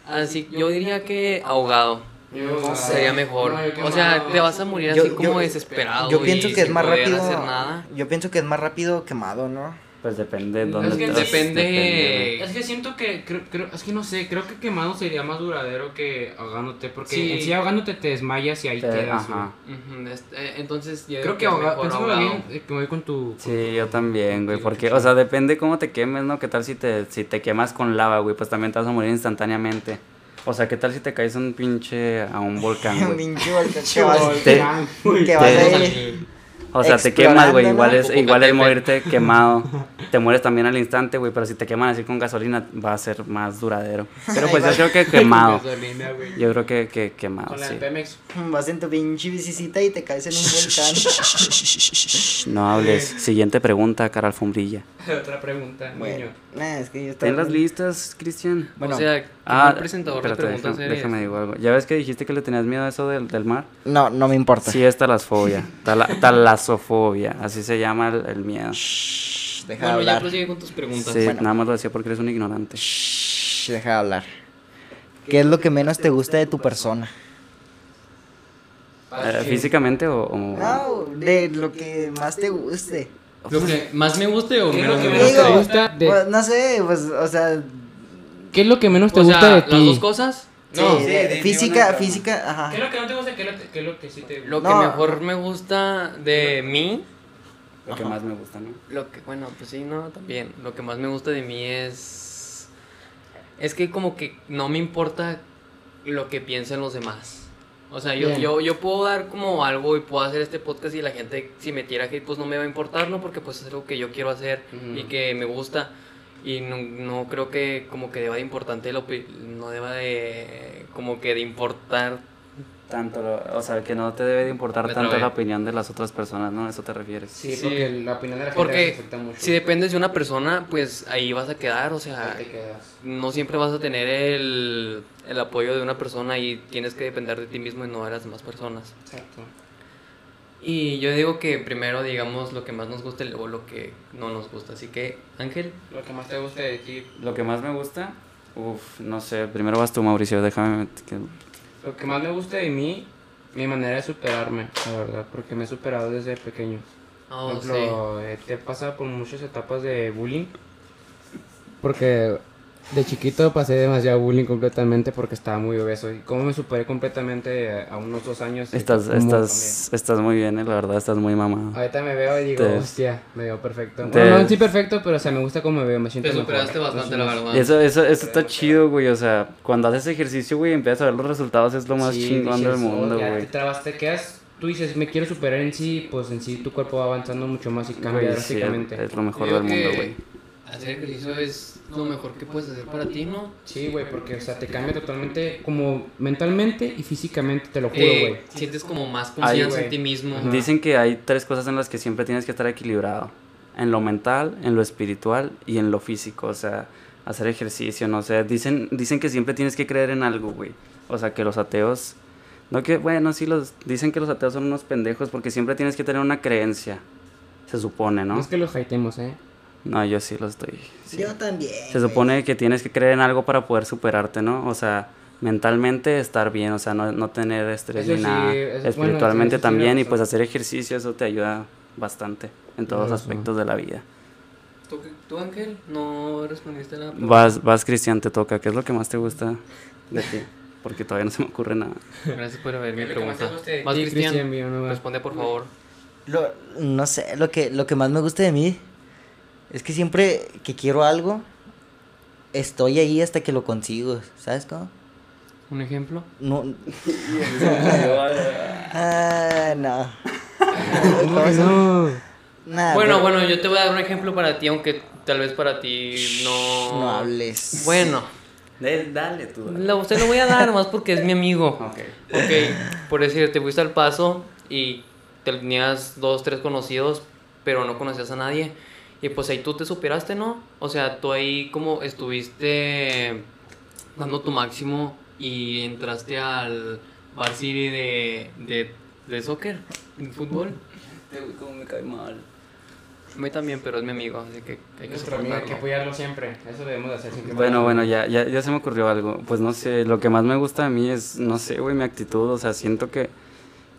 [SPEAKER 1] Así, yo diría que ahogado.
[SPEAKER 4] Yo-
[SPEAKER 1] Sería mejor.
[SPEAKER 4] No, yo
[SPEAKER 1] o sea,
[SPEAKER 4] quemado.
[SPEAKER 1] te vas a morir así
[SPEAKER 3] Yo-
[SPEAKER 1] como
[SPEAKER 3] yo-
[SPEAKER 1] desesperado.
[SPEAKER 3] Yo pienso
[SPEAKER 1] y
[SPEAKER 3] que es
[SPEAKER 1] sin
[SPEAKER 3] más
[SPEAKER 1] poder
[SPEAKER 3] rápido.
[SPEAKER 1] hacer nada.
[SPEAKER 3] Yo pienso que es más rápido quemado, ¿no?
[SPEAKER 2] Pues depende de dónde
[SPEAKER 4] que
[SPEAKER 2] estás,
[SPEAKER 1] depende-
[SPEAKER 2] güey.
[SPEAKER 4] Es que siento que, creo, creo- es que no sé, creo que quemado sería más duradero que ahogándote, porque
[SPEAKER 1] Sí.
[SPEAKER 4] en sí ahogándote te desmayas y ahí
[SPEAKER 2] Te-
[SPEAKER 4] quedas,
[SPEAKER 2] ajá.
[SPEAKER 4] güey.
[SPEAKER 1] Ujú, este, eh, Entonces, yo
[SPEAKER 4] Creo
[SPEAKER 1] digo
[SPEAKER 4] que
[SPEAKER 1] es
[SPEAKER 4] ahogado,
[SPEAKER 1] mejor
[SPEAKER 4] pensándolo
[SPEAKER 1] ahogado.
[SPEAKER 4] bien, eh, que me voy con tu...
[SPEAKER 2] Sí, yo también, güey, porque, o sea, depende cómo te quemes, ¿no? ¿Qué tal si te, si te quemas con lava, güey? Pues también te vas a morir instantáneamente. O sea, ¿qué tal si te caes un pinche a un volcán, güey?
[SPEAKER 3] Pinche volcán que vas-
[SPEAKER 2] Te-
[SPEAKER 3] que vas
[SPEAKER 2] te-
[SPEAKER 3] ahí.
[SPEAKER 2] O sea, te
[SPEAKER 3] Explorando,
[SPEAKER 2] quemas, güey.
[SPEAKER 3] ¿no?
[SPEAKER 2] Igual es,
[SPEAKER 1] Como
[SPEAKER 2] igual es
[SPEAKER 1] Catepec.
[SPEAKER 2] morirte quemado. Te mueres también al instante, güey. Pero si te queman así con gasolina, va a ser más duradero. Pero pues yo creo que quemado. Yo creo que, que
[SPEAKER 1] Ah,
[SPEAKER 2] quemado,
[SPEAKER 4] Con la de
[SPEAKER 2] sí.
[SPEAKER 4] Pemex.
[SPEAKER 3] Vas en tu pinche bicicita y te caes en un volcán.
[SPEAKER 2] No hables. Siguiente pregunta, cara alfombrilla.
[SPEAKER 4] Otra pregunta,
[SPEAKER 3] Bueno,
[SPEAKER 4] niño.
[SPEAKER 3] nah, es que yo estaba-
[SPEAKER 2] ¿Ten las listas, Cristian?
[SPEAKER 3] Bueno,
[SPEAKER 1] o sea, que
[SPEAKER 2] Ah,
[SPEAKER 1] el presentador de
[SPEAKER 2] espérate,
[SPEAKER 1] preguntas
[SPEAKER 2] déjame,
[SPEAKER 1] eres.
[SPEAKER 2] déjame digo algo. ¿Ya ves que dijiste que le tenías miedo a eso del, del mar?
[SPEAKER 3] no, no me importa.
[SPEAKER 2] Sí, es talasfobia. Tala- talasofobia. Así se llama el, el miedo.
[SPEAKER 3] Shh, deja de
[SPEAKER 1] Bueno, ya
[SPEAKER 3] hablar.
[SPEAKER 4] pues,
[SPEAKER 1] prosigue con tus preguntas.
[SPEAKER 2] Sí,
[SPEAKER 3] Bueno.
[SPEAKER 2] nada más lo decía porque eres un ignorante.
[SPEAKER 3] Shh, deja de hablar. ¿Qué es lo que menos te gusta de tu persona?
[SPEAKER 2] Eh, ¿Físicamente o...? o-
[SPEAKER 3] No, de lo que más te guste.
[SPEAKER 1] Lo que más me guste o
[SPEAKER 4] ¿Qué es lo
[SPEAKER 1] menos
[SPEAKER 4] que
[SPEAKER 1] me
[SPEAKER 4] menos
[SPEAKER 1] guste.
[SPEAKER 4] te
[SPEAKER 3] Digo,
[SPEAKER 4] gusta de-
[SPEAKER 3] pues, no sé, pues, o sea,
[SPEAKER 4] ¿Qué es lo que menos te
[SPEAKER 1] O
[SPEAKER 4] gusta
[SPEAKER 1] sea,
[SPEAKER 4] de
[SPEAKER 1] las
[SPEAKER 4] ti?
[SPEAKER 1] dos cosas.
[SPEAKER 3] sí, de- física, física,
[SPEAKER 4] ¿Qué es
[SPEAKER 3] ajá.
[SPEAKER 4] lo que no te gusta y qué es lo que- qué es lo que sí te gusta?
[SPEAKER 1] Lo
[SPEAKER 3] No.
[SPEAKER 1] que mejor me gusta de mí,
[SPEAKER 2] Lo que más me gusta, ¿no?
[SPEAKER 1] lo que bueno, pues sí, no, también. Lo que más me gusta de mí es es que como que no me importa lo que piensen los demás. O sea, yo,
[SPEAKER 4] Bien.
[SPEAKER 1] yo, yo puedo dar como algo y puedo hacer este podcast y la gente si me tira hate pues no me va a importar, ¿no? Porque pues es algo que yo quiero hacer
[SPEAKER 4] Ujú.
[SPEAKER 1] y que me gusta y no, no creo que como que deba de importante la opi- no deba de como que de importar
[SPEAKER 2] Tanto, lo- o sea, que no te debe de importar
[SPEAKER 1] Me
[SPEAKER 2] tanto
[SPEAKER 1] trabé.
[SPEAKER 2] la opinión de las otras personas, ¿no? ¿A eso te refieres?
[SPEAKER 4] Sí,
[SPEAKER 1] Sí.
[SPEAKER 4] porque la opinión de la gente a veces
[SPEAKER 1] Porque
[SPEAKER 4] afecta mucho.
[SPEAKER 1] si dependes de una persona, pues ahí vas a quedar, o sea,
[SPEAKER 4] Ahí te quedas.
[SPEAKER 1] no siempre vas a tener el, el apoyo de una persona y tienes que depender de ti mismo y no de las demás personas.
[SPEAKER 4] Exacto.
[SPEAKER 1] Y yo digo que primero digamos lo que más nos gusta y luego lo que no nos gusta. Así que, Ángel,
[SPEAKER 4] Lo que más te gusta de ti,
[SPEAKER 2] Lo que más me gusta, uff, no sé, primero vas tú, Mauricio, déjame... que-
[SPEAKER 4] lo que más me gusta de mí, mi manera de superarme, la verdad, porque me he superado desde pequeño.
[SPEAKER 1] oh,
[SPEAKER 4] por
[SPEAKER 1] sí.
[SPEAKER 4] ejemplo, eh, te he pasado por muchas etapas de bullying. Porque de chiquito pasé demasiado bullying completamente porque estaba muy obeso. Y cómo me superé completamente eh, a unos dos años. eh,
[SPEAKER 2] Estás,
[SPEAKER 4] cómo
[SPEAKER 2] estás, estás muy bien, eh, la verdad, estás muy
[SPEAKER 4] cambié.
[SPEAKER 2] mamado.
[SPEAKER 4] Ahorita me veo y digo,
[SPEAKER 2] Te-
[SPEAKER 4] hostia, me veo perfecto.
[SPEAKER 2] te-
[SPEAKER 4] Bueno, no, sí perfecto, pero o sea, me gusta cómo me veo, me siento
[SPEAKER 1] Te
[SPEAKER 4] mejor.
[SPEAKER 1] superaste bastante, la
[SPEAKER 4] Entonces,
[SPEAKER 1] verdad.
[SPEAKER 2] Y Eso, eso, eso está chido, güey, o sea, cuando haces ejercicio, güey, empiezas a ver los resultados, es lo más
[SPEAKER 4] Sí,
[SPEAKER 2] chingón
[SPEAKER 4] dices,
[SPEAKER 2] del mundo,
[SPEAKER 4] "Oh, ya Te
[SPEAKER 2] güey.
[SPEAKER 4] trabas, te quedas, tú dices, me quiero superar en sí, pues en sí tu cuerpo va avanzando mucho más y cambia
[SPEAKER 2] Güey, sí, es,
[SPEAKER 4] drásticamente.
[SPEAKER 2] es lo mejor
[SPEAKER 1] Yo
[SPEAKER 2] del
[SPEAKER 1] digo
[SPEAKER 2] mundo,
[SPEAKER 1] que
[SPEAKER 2] güey.
[SPEAKER 1] Hacer ejercicio es lo mejor que puedes hacer para ti, ¿no?
[SPEAKER 4] Sí, güey, porque, o sea, te cambia totalmente, como mentalmente y físicamente, te lo juro,
[SPEAKER 1] Eh,
[SPEAKER 4] güey.
[SPEAKER 1] sientes como más
[SPEAKER 2] Ahí,
[SPEAKER 1] confianza en
[SPEAKER 4] güey.
[SPEAKER 1] ti mismo.
[SPEAKER 4] Ajá.
[SPEAKER 2] Dicen que hay tres cosas en las que siempre tienes que estar equilibrado. en lo mental, en lo espiritual y en lo físico, o sea, hacer ejercicio, no sé, dicen, dicen que siempre tienes que creer en algo, güey, o sea, que los ateos, no que, bueno, sí, los, dicen que los ateos son unos pendejos porque siempre tienes que tener una creencia, se supone,
[SPEAKER 4] No
[SPEAKER 2] ¿no?
[SPEAKER 4] es que los haitemos, ¿eh?
[SPEAKER 2] No, yo sí lo estoy. sí.
[SPEAKER 3] Yo también.
[SPEAKER 2] Se
[SPEAKER 3] güey.
[SPEAKER 2] supone que tienes que creer en algo para poder superarte, ¿no? O sea, mentalmente estar bien, o sea, no, no tener estrés
[SPEAKER 4] Eso
[SPEAKER 2] ni
[SPEAKER 4] sí,
[SPEAKER 2] nada.
[SPEAKER 4] eso- bueno,
[SPEAKER 2] Espiritualmente
[SPEAKER 4] eso sí tiene
[SPEAKER 2] también, y
[SPEAKER 4] razón.
[SPEAKER 2] pues hacer ejercicio, eso te ayuda bastante en todos los
[SPEAKER 4] Tienes razón.
[SPEAKER 2] aspectos de la vida.
[SPEAKER 1] ¿Tú, qué- tú, Ángel, no respondiste a la pregunta.
[SPEAKER 2] Vas, vas, Cristian, te toca. ¿Qué es lo que más te gusta de ti? Porque todavía no se me ocurre nada.
[SPEAKER 1] Gracias por haber mi
[SPEAKER 4] Es lo que más
[SPEAKER 1] pregunta.
[SPEAKER 4] te gusta de
[SPEAKER 1] Vas,
[SPEAKER 4] ti, Cristian,
[SPEAKER 1] Cristian,
[SPEAKER 4] mío, no va.
[SPEAKER 1] responde por favor.
[SPEAKER 5] Lo- no sé, lo que, lo que más me gusta de mí es que siempre que quiero algo, estoy ahí hasta que lo consigo, ¿sabes cómo?
[SPEAKER 1] ¿Un ejemplo?
[SPEAKER 5] No. ah, no.
[SPEAKER 4] ¿Cómo que no?
[SPEAKER 5] Nada,
[SPEAKER 1] bueno,
[SPEAKER 5] no-
[SPEAKER 1] bueno, yo te voy a dar un ejemplo para ti, aunque tal vez para ti no...
[SPEAKER 5] No hables.
[SPEAKER 1] Bueno,
[SPEAKER 2] Dale tú.
[SPEAKER 1] la- usted lo voy a dar más porque es mi amigo.
[SPEAKER 2] Ok.
[SPEAKER 1] Ok, por decir, te fuiste al paso y tenías dos, tres conocidos, pero no conocías a nadie. Y pues ahí tú te superaste, ¿no? O sea, tú ahí como estuviste dando tu máximo y entraste al Bar City de, de, de soccer, de fútbol.
[SPEAKER 2] Cómo me cae mal.
[SPEAKER 1] A mí también, pero es mi amigo, así que hay que
[SPEAKER 4] Nuestro amigo, hay que
[SPEAKER 1] soportarlo.
[SPEAKER 4] apoyarlo siempre. Eso debemos de hacer siempre.
[SPEAKER 2] Bueno, bueno, ya, ya, ya se me ocurrió algo. Pues no sé, lo que más me gusta a mí es, no sé, güey, mi actitud. O sea, siento que,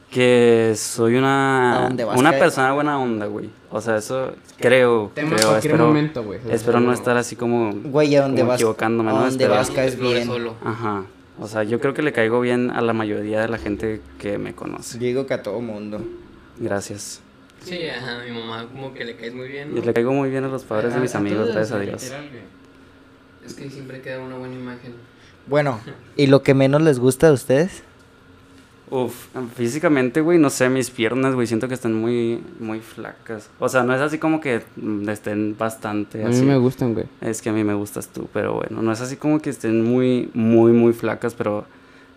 [SPEAKER 2] que soy
[SPEAKER 5] ¿A
[SPEAKER 2] una,
[SPEAKER 5] dónde vas,
[SPEAKER 2] una
[SPEAKER 5] Jair?
[SPEAKER 2] persona buena onda, güey. O sea, eso creo,
[SPEAKER 4] Tema
[SPEAKER 2] creo,
[SPEAKER 4] cualquier
[SPEAKER 2] espero,
[SPEAKER 4] momento, güey.
[SPEAKER 2] espero no estar así como,
[SPEAKER 5] Güey, ¿a dónde
[SPEAKER 2] como
[SPEAKER 5] vas?
[SPEAKER 2] equivocándome, ¿no?
[SPEAKER 5] ¿A dónde
[SPEAKER 2] Espero-
[SPEAKER 5] vas?
[SPEAKER 3] pues,
[SPEAKER 5] Caes
[SPEAKER 1] Flores
[SPEAKER 5] bien.
[SPEAKER 1] solo.
[SPEAKER 2] Ajá. O sea, yo creo que le caigo bien a la mayoría de la gente que me conoce.
[SPEAKER 5] Digo que a todo mundo.
[SPEAKER 2] Gracias.
[SPEAKER 1] Sí, ajá, mi mamá como que le caes muy bien,
[SPEAKER 2] Y
[SPEAKER 1] ¿no?
[SPEAKER 2] le caigo muy bien a los padres de mis
[SPEAKER 4] Ah,
[SPEAKER 2] amigos, gracias a Dios.
[SPEAKER 1] Es que siempre queda una buena imagen.
[SPEAKER 5] Bueno, ¿y lo que menos les gusta de ustedes?
[SPEAKER 2] Uf, físicamente, güey, no sé, mis piernas, güey, siento que están muy, muy flacas. O sea, no es así como que mm, estén bastante
[SPEAKER 4] A mí
[SPEAKER 2] así.
[SPEAKER 4] me gustan, güey.
[SPEAKER 2] Es que a mí me gustas tú, pero bueno, no es así como que estén muy, muy, muy flacas, pero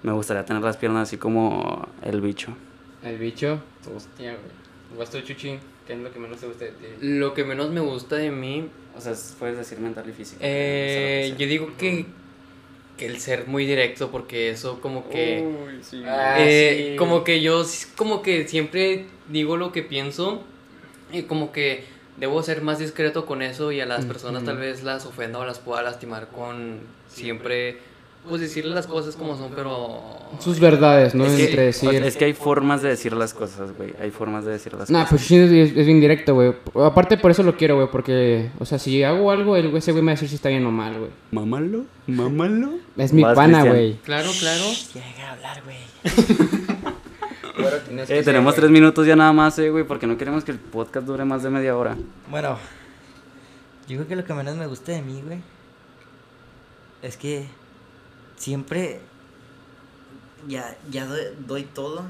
[SPEAKER 2] me gustaría tener las piernas así como el bicho.
[SPEAKER 4] El bicho. Hostia, güey. Guasto chuchi. ¿Qué es lo que menos te gusta de ti?
[SPEAKER 1] Lo que menos me gusta de mí,
[SPEAKER 2] O sea, puedes decir mental y físico.
[SPEAKER 1] eh, yo digo que, que el ser muy directo, porque eso como que...
[SPEAKER 2] Uh,
[SPEAKER 1] Eh,
[SPEAKER 2] ah,
[SPEAKER 1] Como que yo, s- como que siempre digo lo que pienso y como que debo ser más discreto con eso y a las personas tal vez las ofenda o las pueda lastimar con siempre, pues decirle las cosas como son, pero...
[SPEAKER 4] Sus verdades, ¿no?
[SPEAKER 1] Es que-
[SPEAKER 4] Entre decir.
[SPEAKER 2] Es que hay formas de decir las cosas, güey. Hay formas de decir las
[SPEAKER 4] Nah,
[SPEAKER 2] cosas.
[SPEAKER 4] pues sí, es, es bien directo, güey. Aparte, por eso lo quiero, güey. Porque, o sea, si hago algo, el güey, ese güey me va a decir si está bien o mal, güey.
[SPEAKER 2] Mámalo, mámalo.
[SPEAKER 4] Es mi
[SPEAKER 2] Vas,
[SPEAKER 4] pana,
[SPEAKER 2] Cristian.
[SPEAKER 4] güey.
[SPEAKER 1] Claro, claro.
[SPEAKER 5] Llega a hablar, güey.
[SPEAKER 2] Eh, tenemos tres minutos ya nada más, eh, güey, porque no queremos que el podcast dure más de media hora.
[SPEAKER 5] Bueno, yo creo que lo que menos me gusta de mí, güey, es que siempre ya, ya doy, doy todo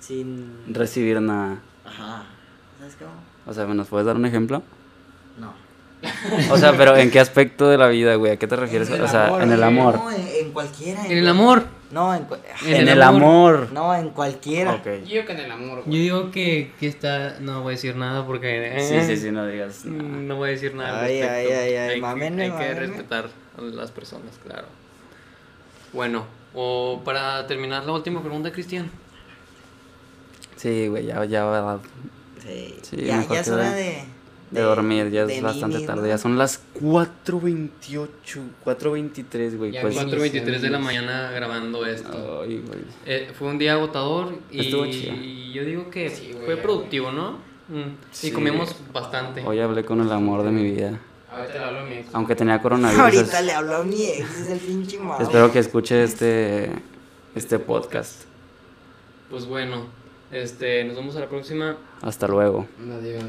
[SPEAKER 5] sin...
[SPEAKER 2] Recibir nada.
[SPEAKER 5] Ajá. ¿Sabes cómo?
[SPEAKER 2] O sea, ¿me nos puedes dar un ejemplo?
[SPEAKER 5] No.
[SPEAKER 2] O sea, pero ¿en qué aspecto de la vida, güey? ¿A qué te refieres? O sea, en el amor.
[SPEAKER 5] No, en, en cualquiera.
[SPEAKER 1] En el amor.
[SPEAKER 5] No, en, cua-
[SPEAKER 1] En
[SPEAKER 2] En
[SPEAKER 1] el
[SPEAKER 2] el amor.
[SPEAKER 5] no, en cualquiera.
[SPEAKER 2] Ok.
[SPEAKER 4] Yo con el amor,
[SPEAKER 1] Yo digo que, que está... No voy a decir nada porque...
[SPEAKER 2] Sí, sí, sí, no digas. nada.
[SPEAKER 1] Mm, No voy a decir nada. al
[SPEAKER 5] Ay,
[SPEAKER 1] respecto.
[SPEAKER 5] ay, ay, ay,
[SPEAKER 1] Hay que-
[SPEAKER 5] mámenme,
[SPEAKER 1] hay que
[SPEAKER 5] mámenme.
[SPEAKER 1] respetar a las personas, claro. Bueno, o para terminar la última pregunta, Cristian.
[SPEAKER 2] Sí, güey, ya, ya va
[SPEAKER 5] Sí,
[SPEAKER 2] Sí,
[SPEAKER 5] ya,
[SPEAKER 2] mejor
[SPEAKER 5] ya es
[SPEAKER 2] que
[SPEAKER 5] hora
[SPEAKER 2] de-
[SPEAKER 5] de,
[SPEAKER 2] de dormir, ya
[SPEAKER 5] de
[SPEAKER 2] es
[SPEAKER 5] mí
[SPEAKER 2] bastante
[SPEAKER 5] mismo.
[SPEAKER 2] tarde. Ya son las 4.28, 4.23, güey.
[SPEAKER 4] Ya
[SPEAKER 2] Pues,
[SPEAKER 4] cuatro-
[SPEAKER 1] 4.23 de la mañana grabando esto.
[SPEAKER 2] Ay, güey.
[SPEAKER 1] Eh, fue un día agotador y
[SPEAKER 2] Estuvo chido.
[SPEAKER 1] yo digo que fue productivo, ¿no? Mm,
[SPEAKER 2] Sí.
[SPEAKER 1] Y comimos bastante.
[SPEAKER 2] Hoy hablé con el amor de mi vida.
[SPEAKER 4] Ahorita lo hablo, mi
[SPEAKER 2] Aunque tenía coronavirus.
[SPEAKER 5] Ahorita le hablo a mi ex, es el pinche mamá.
[SPEAKER 2] Espero que escuche este, este podcast.
[SPEAKER 1] Pues bueno, este, nos vemos a la próxima.
[SPEAKER 4] Ah.
[SPEAKER 2] Hasta luego.
[SPEAKER 4] Adiós.